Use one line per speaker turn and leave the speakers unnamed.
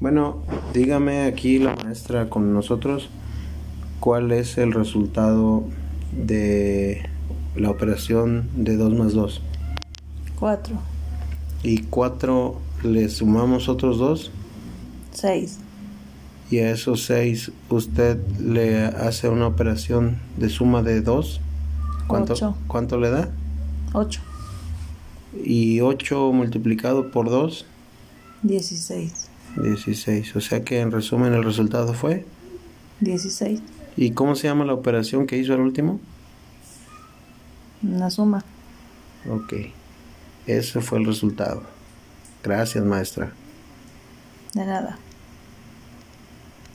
Bueno, dígame aquí la maestra con nosotros cuál es el resultado de la operación de 2 más 2.
4,
Y 4 le sumamos otros 2
6,
y a esos 6 usted le hace una operación de suma de 2. ¿Cuánto,
Ocho.
¿Cuánto le da?
8,
Y 8 multiplicado por 2,
16,
16. O sea que en resumen el resultado fue.
16,
¿Y cómo se llama la operación que hizo al último?
una suma.
Ok. Ese fue el resultado. Gracias, maestra.
De nada.